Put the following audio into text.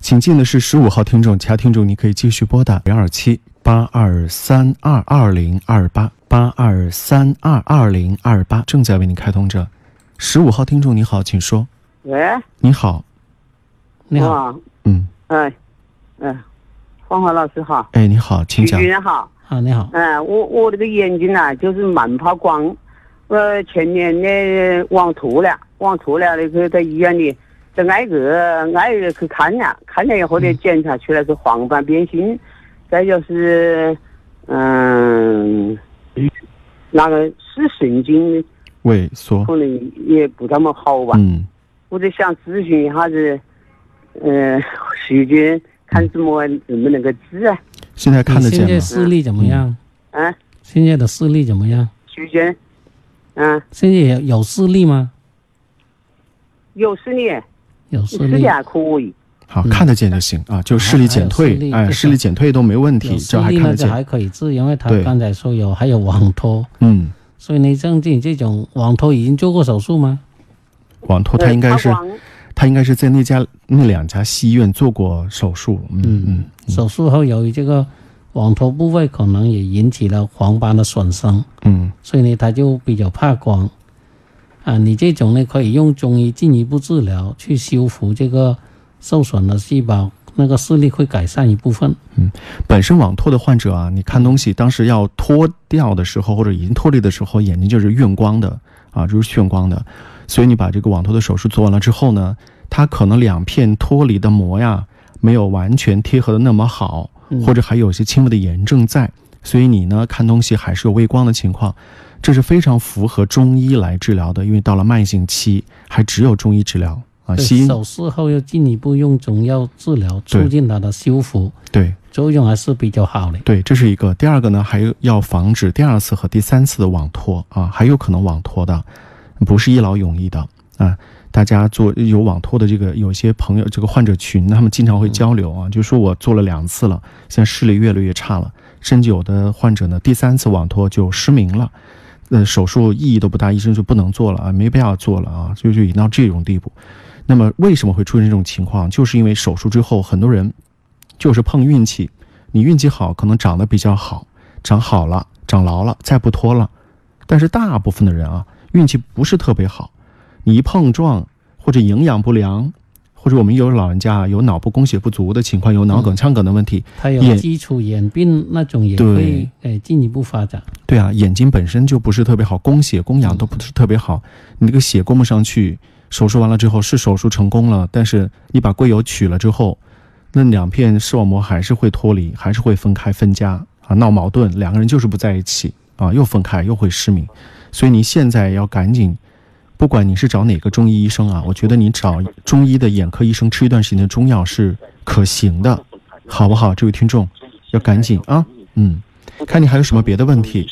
请进的是十五号听众，其他听众你可以继续拨打零二七八二三二二零二八八二三二二零二八，正在为您开通着。十五号听众你好，请说。喂，你好，你好，哦，嗯，哎，嗯，芳华老师好，哎，你好，请雨讲。云好，啊，你好，嗯，我我这个眼睛啊，就是蛮怕光，我前年呢网图了，网图了，那个在医院里，在挨个挨个去看了，看了以后呢，检查出来是黄斑变性，再就是，嗯，那个视神经畏缩，可能也不怎么好吧，嗯，我就想咨询一下子，嗯、徐军看怎么能不能够治啊？现在看得你嗯现见在吗？嗯视力怎么样？啊，现在的视力怎么样？徐军，嗯、现在有有视力吗？有视力，有视视力啊力，还可以。好，看得见就行啊，就视力减嗯还有视退，力哎，这视力个减退都没问题，有视这还力看呢得就见。还可以治，因为他对刚才说有还有网托，嗯，所以你像你这种网托已经做过手术吗？网托他呃应该是他光他应该是在那家那两家西医院做过手术。嗯嗯，手术后由于这个网托部位可能也引起了黄斑的损伤，嗯，所以呢他就比较怕光。啊，你这种呢可以用中医进一步治疗去修复这个受损的细胞，那个视力会改善一部分。本身网脱的患者啊，你看东西当时要脱掉的时候，或者已经脱离的时候，眼睛就是眩光的啊，就是眩光的。所以你把这个网脱的手术做完了之后呢，它可能两片脱离的膜呀没有完全贴合的那么好，嗯或者还有一些轻微的炎症在，所以你呢看东西还是有畏光的情况。这是非常符合中医来治疗的，因为到了慢性期，还只有中医治疗啊。对西医手术后又进一步用中药治疗，对促进它的修复，对作用还是比较好的。对，这是一个。第二个呢，还要防止第二次和第三次的网脱啊，还有可能网脱的，不是一劳永逸的啊。大家做有网脱的这个，有些朋友这个患者群，他们经常会交流啊，就说我做了两次了，现在视力越来越差了，甚至有的患者呢，第三次网脱就失明了。呃，手术意义都不大，医生就不能做了啊，没必要做了啊，就就已经到这种地步。那么为什么会出现这种情况？就是因为手术之后，很多人就是碰运气，你运气好，可能长得比较好，长好了，长牢了，再不脱了。但是大部分的人啊，运气不是特别好，你一碰撞或者营养不良，或者我们有老人家啊有脑部供血不足的情况，有脑梗、腔梗的问题，它有眼基础眼病那种也对会呃进一步发展。对啊，眼睛本身就不是特别好，供血供氧都不是特别好，你那个血供不上去。手术完了之后是手术成功了，但是你把硅油取了之后，那两片视网膜还是会脱离，还是会分开分家啊，闹矛盾，两个人就是不在一起啊，又分开又会失明。所以你现在要赶紧，不管你是找哪个中医医生啊，我觉得你找中医的眼科医生吃一段时间的中药是可行的，好不好？这位听众要赶紧啊，嗯，看你还有什么别的问题。